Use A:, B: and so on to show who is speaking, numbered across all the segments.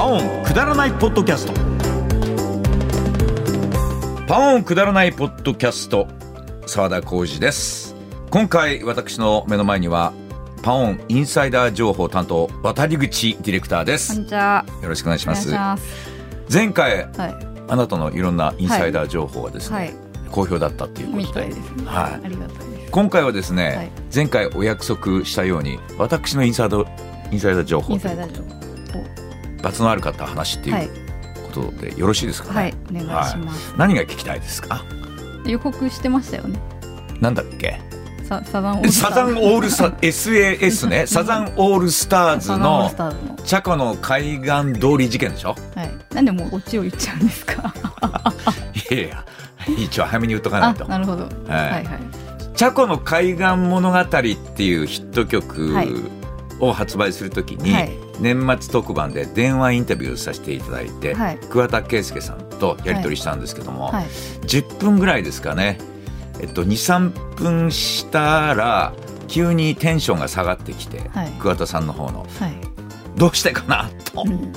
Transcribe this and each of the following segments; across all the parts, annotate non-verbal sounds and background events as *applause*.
A: オンくだらないポッドキャストパオンくだらないポッドキャスト澤田浩二です今回私の目の前にはパオンインサイダー情報担当渡り口ディレクターで
B: こ
A: す
B: ん
A: よ
B: にちは。
A: ろしくお願いし
B: お
A: ま
B: 願い
A: す
B: します。
A: 前回
B: は
A: あなたのいろんなインサイダー情報がですね、
B: はい
A: 好評だったってい
B: い。
A: う
B: み
A: こと
B: たい
A: で
B: ですね。
A: はい
B: ありがたいです。
A: 今回はですね、
B: はい
A: 前回お約束したように私のインサイドインサイダー情
B: イ
A: 報
B: ンサイダー情
A: 罰の悪かった話って。
B: 報。はいいう
A: ことでよろしいですかね、
B: はい。お願いします。
A: 何が聞きたいですか
B: 予告してましたよね。
A: なんだっけ
B: ササザンオールスタ
A: サ
B: ーズ
A: ザンオールスター SAS ねサザンオールスターズ
B: サザンオール
A: の
B: スターズの。
A: チャコの海岸通り事件でしょ
B: はい。なんでもうオチを言っちゃうんですか。
A: いやいや一応早めに言っとかな
B: あ
A: いと、
B: なるほど。
A: はい
B: はいはい。
A: チャコの海岸物語っていうヒット曲
B: はい
A: を発売するときに、
B: はい
A: 年末特番で電話インタビューさせていただいて、
B: はい
A: 桑田佳祐さんとやり取りしたんですけども、
B: はい。
A: 10分ぐらいですかね、えっと、23分したら急にテンションが下がってきて、
B: はい
A: 桑田さんの方の
B: はい。
A: どうしてかなと
B: うん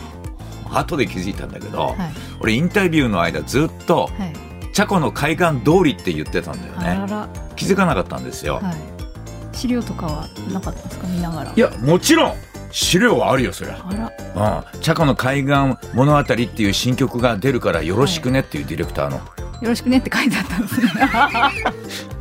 A: 後で気づいたんだけど、
B: はい。
A: 俺インタビューの間ずっと
B: はい。
A: 「チャコの海岸通り」って言ってたんだよ
B: あ
A: ね
B: らら。
A: 気づかなかったんですよ。
B: はい。資料とかはなかったですか見ながら。
A: いやもちろん資料はあるよそりゃ、
B: あら。
A: うん、チャコの海岸物語っていう新曲が出るからよろしくねっていうディレクターの
B: よろしくねって書いてあったんですね。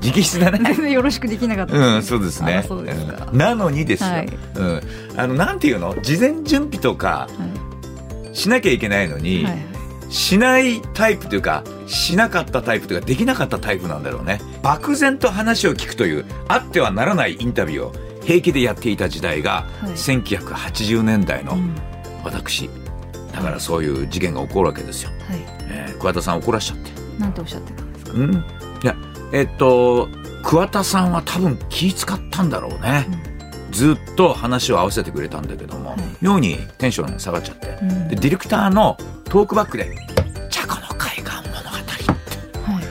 A: 直筆だね
B: 全然よろしくできなかったです
A: う
B: ね。
A: んそうです
B: あ
A: ね
B: そうですか。
A: うんなのにですよ、
B: はい
A: うん、あのなんていうの事前準備とか
B: は
A: しなきゃいけないの
B: い。
A: に、
B: はいはい。
A: しないタイプというかしなかったタイプというかできなかったタイプなんだろうね漠然と話を聞くというあってはならないインタビューを平気でやっていた時代が、
B: はい
A: 1980年代
B: う
A: の
B: ん
A: 私だからそういう事件が起こるわけですよ、
B: は
A: えー桑田さん怒らしちゃって
B: い。なんておっしゃってたんですか。
A: うんいやえっと桑田さんは多分気使ったんだろうね、ずっと話を合わせてくれたんだけども、
B: はい
A: 妙にテンション下がっちゃって、
B: うん
A: でディレクターのトークバックで「チャコの海岸物語」って
B: はい。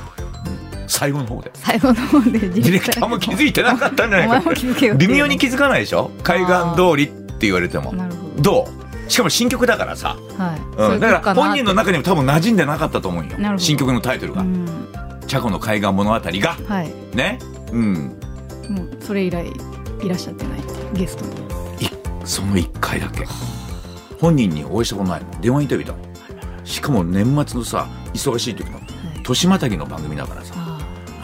A: 最後の方で
B: 最後の方でデ
A: ディレクターも気づいてなかったんじゃ
B: お
A: な
B: 前
A: いか
B: も気づけよって
A: 微
B: いう
A: 妙に気づかないでしょ海岸通りって言われても
B: なるほど
A: どうしかも新曲だからさ、
B: はい、そう
A: う
B: い
A: ん、
B: う
A: だ
B: こ
A: から
B: とな
A: 本人の中にも多分馴染んでなかったと思う
B: なる
A: よ
B: ほど
A: 新曲のタイトルが
B: うん
A: 「チャコの海岸物語」が
B: はい
A: ねうん
B: もうそれ以来いらっしゃってないってゲストに
A: いその1回だけ本人にお会いしたことないもん電話インタビューだもんしかも年末のさ忙しい時の
B: はい
A: 年またぎの番組だからさ
B: あ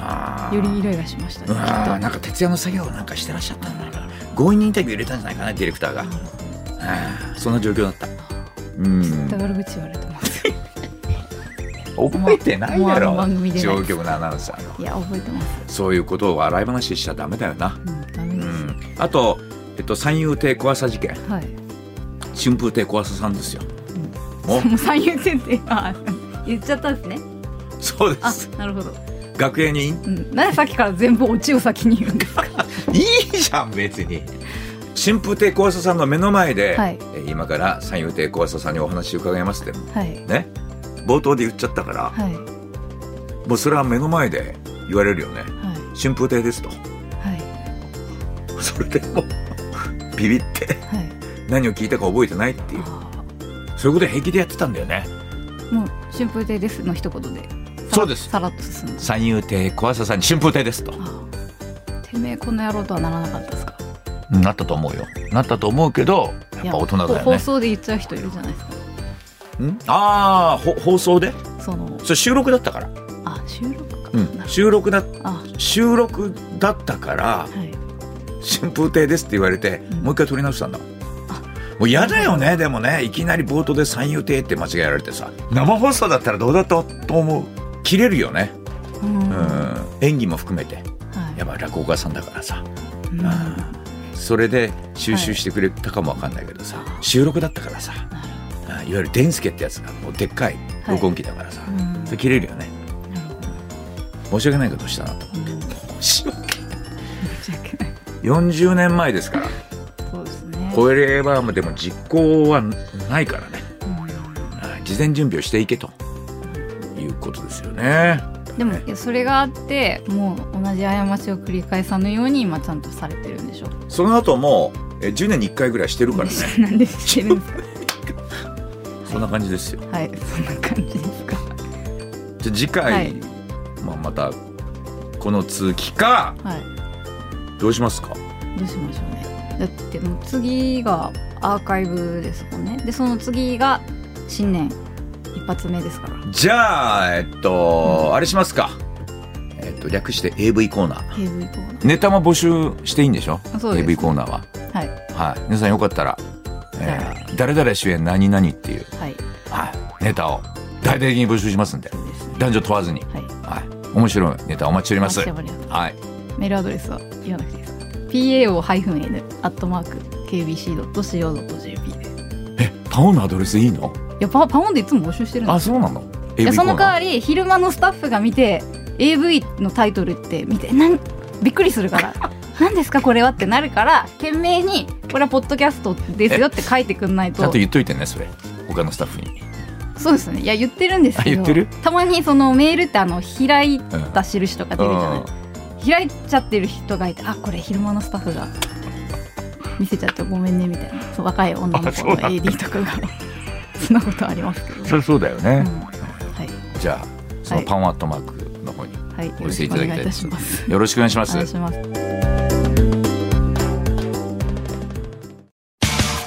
A: あ
B: あ
A: ー
B: よりイライラしましたね
A: う
B: きっ
A: わー
B: と
A: なんか徹夜の作業をなんかしてらっしゃったんじゃないかな強引にインタビュー入れたんじゃないかなディレクターがあーそんな状況だったうん
B: だから口言われてます
A: 覚えてないだ
B: もうあの
A: ろ
B: 番組でない
A: 上局のアナウンサーの
B: いや覚えてます、
A: そういうことを笑い話しちゃダメだよな
B: うん、ダメ
A: う
B: です、
A: んあと、えっと、三遊亭小朝事件
B: はい、
A: 春風亭小朝さんですよもう
B: もう三遊亭ってあ言っちゃったんですね
A: そうで
B: あ
A: す
B: なるほど、
A: 学園にい
B: うん、なんでさっきから全部オチを先に言うんです
A: *laughs*
B: か
A: いじゃん別に春風亭小朝さんの目の前で、
B: はい
A: えー今から三遊亭小朝さんにお話伺いますって
B: はい
A: ね冒頭で言っちゃったから、
B: はいはい
A: もうそれは目の前で言われるよね春風亭ですと *laughs*
B: はい
A: それでもうビビって
B: はい
A: 何を聞いたか覚えてないっていう
B: あー
A: そういうこと平気でやってたんだよね
B: もう春風亭ですの一言で
A: そうです
B: さらっと進んだ
A: 三遊亭小朝さんに春風亭ですと
B: ああてめえこの野郎とはならなかったですか
A: なったと思うよなったと思うけどやっ
B: い
A: ぱ大人だよ
B: 放
A: ね
B: 送で言っちゃう人いるじゃないですか
A: んああほ放送で
B: その
A: それ収録だったから、
B: あ収録か、
A: うん
B: なる
A: 収録だ
B: あ
A: 収録だったから
B: はい
A: 春風亭ですって言われて、
B: うん
A: もう一回撮り直したんだもん
B: あ
A: もう嫌だよねでもねいきなり冒頭で三遊亭って間違えられてさ生放送だったらどうだったと思う切れるよね、
B: うん
A: うん
B: は
A: 演技も含めて
B: い
A: やばい落語家さんだからさ、
B: うん
A: う
B: なる
A: んそれで収集してくれたかもわかんないけどさ、収録だったからさうんいわゆる伝助ってやつがもうでっかい録音機だからさ、
B: はいうん
A: それ切れるよね
B: ほど
A: 申し訳ないことしたなと
B: うん
A: 申し訳ない
B: 申し訳ない
A: 40年前ですから
B: そうですね
A: これはでも実行はないからね
B: う
A: 事前準備をしていけということですよね
B: んでもいやそれがあってもう同じ過ちを繰り返さぬように今ちゃんとされてるんでしょ
A: その後もえ10年に1回ぐらいしてるからね
B: なんでしてるんですか
A: *laughs* そんな感じですよ
B: はいそんな感じですか
A: じゃあ次回、
B: はい
A: まあ、またこの続きか
B: はい
A: どうしますか
B: どうしましょうねだってもう次がアーカイブですもんねでその次が新年一発目ですから
A: じゃあえっと、あれしますかえっと略して AV コーナー
B: AV コーナ
A: ネタも募集していいんでしょ
B: あそうです
A: AV コーナーは
B: ーはい
A: はい皆さんよかったら、えー誰々主演何々っていう、
B: はい
A: はい、ネタを大々的に募集しますんで
B: そうですね
A: 男女問わずに、
B: はい
A: はい、面白いネタお待ちしております
B: お待ちしております
A: はい
B: メールアドレスは言わなくていいです PAO-N アットマーク KBC.CO.JP です
A: パオのアドレスいいの
B: いやパパオンでいつも募集してるん
A: あ
B: ですよ
A: そうなの
B: い
A: AV
B: や
A: コ
B: そ
A: ーナ
B: の
A: ー
B: 代わり昼間のスタッフが見て AV のタイトルって見てなんびっくりするから
A: *laughs*
B: 何ですかこれはってなるから懸命にこれはポッドキャストですよって書いてくんない
A: ちゃん
B: と
A: と言っといてねそれ他のスタッフに
B: そうですねいや言ってるんですけど
A: あ言ってる
B: たまにそのメールってあの開いた印とか出るじゃない、開いちゃってる人がいてあこれ昼間のスタッフが見せちゃってごめんねみたいなそう若い女の
A: あ
B: 子
A: そう
B: の
A: なん
B: AD とかがそんなことありますけど、
A: それそうだよ
B: うん
A: ね、
B: はい
A: じゃあそのパンアットマークの方に
B: はい、よ
A: お
B: ろ
A: 寄せ
B: し
A: いた
B: くお
A: だき
B: 願
A: たい
B: いい
A: で
B: た
A: す
B: します。
A: よろしくお願いしま
B: お
A: す
B: 願いします。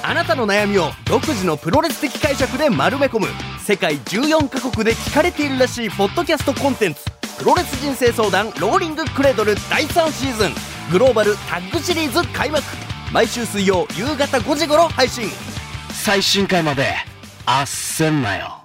C: あなたの悩みを独自のプロレス的解釈で丸め込む世界14カ国で聞かれているらしいポッドキャストコンテンツ「プロレス人生相談ローリングクレードル」第3シーズングローバルタッグシリーズ開幕毎週水曜夕方5時頃配信最新回まであっせんなよ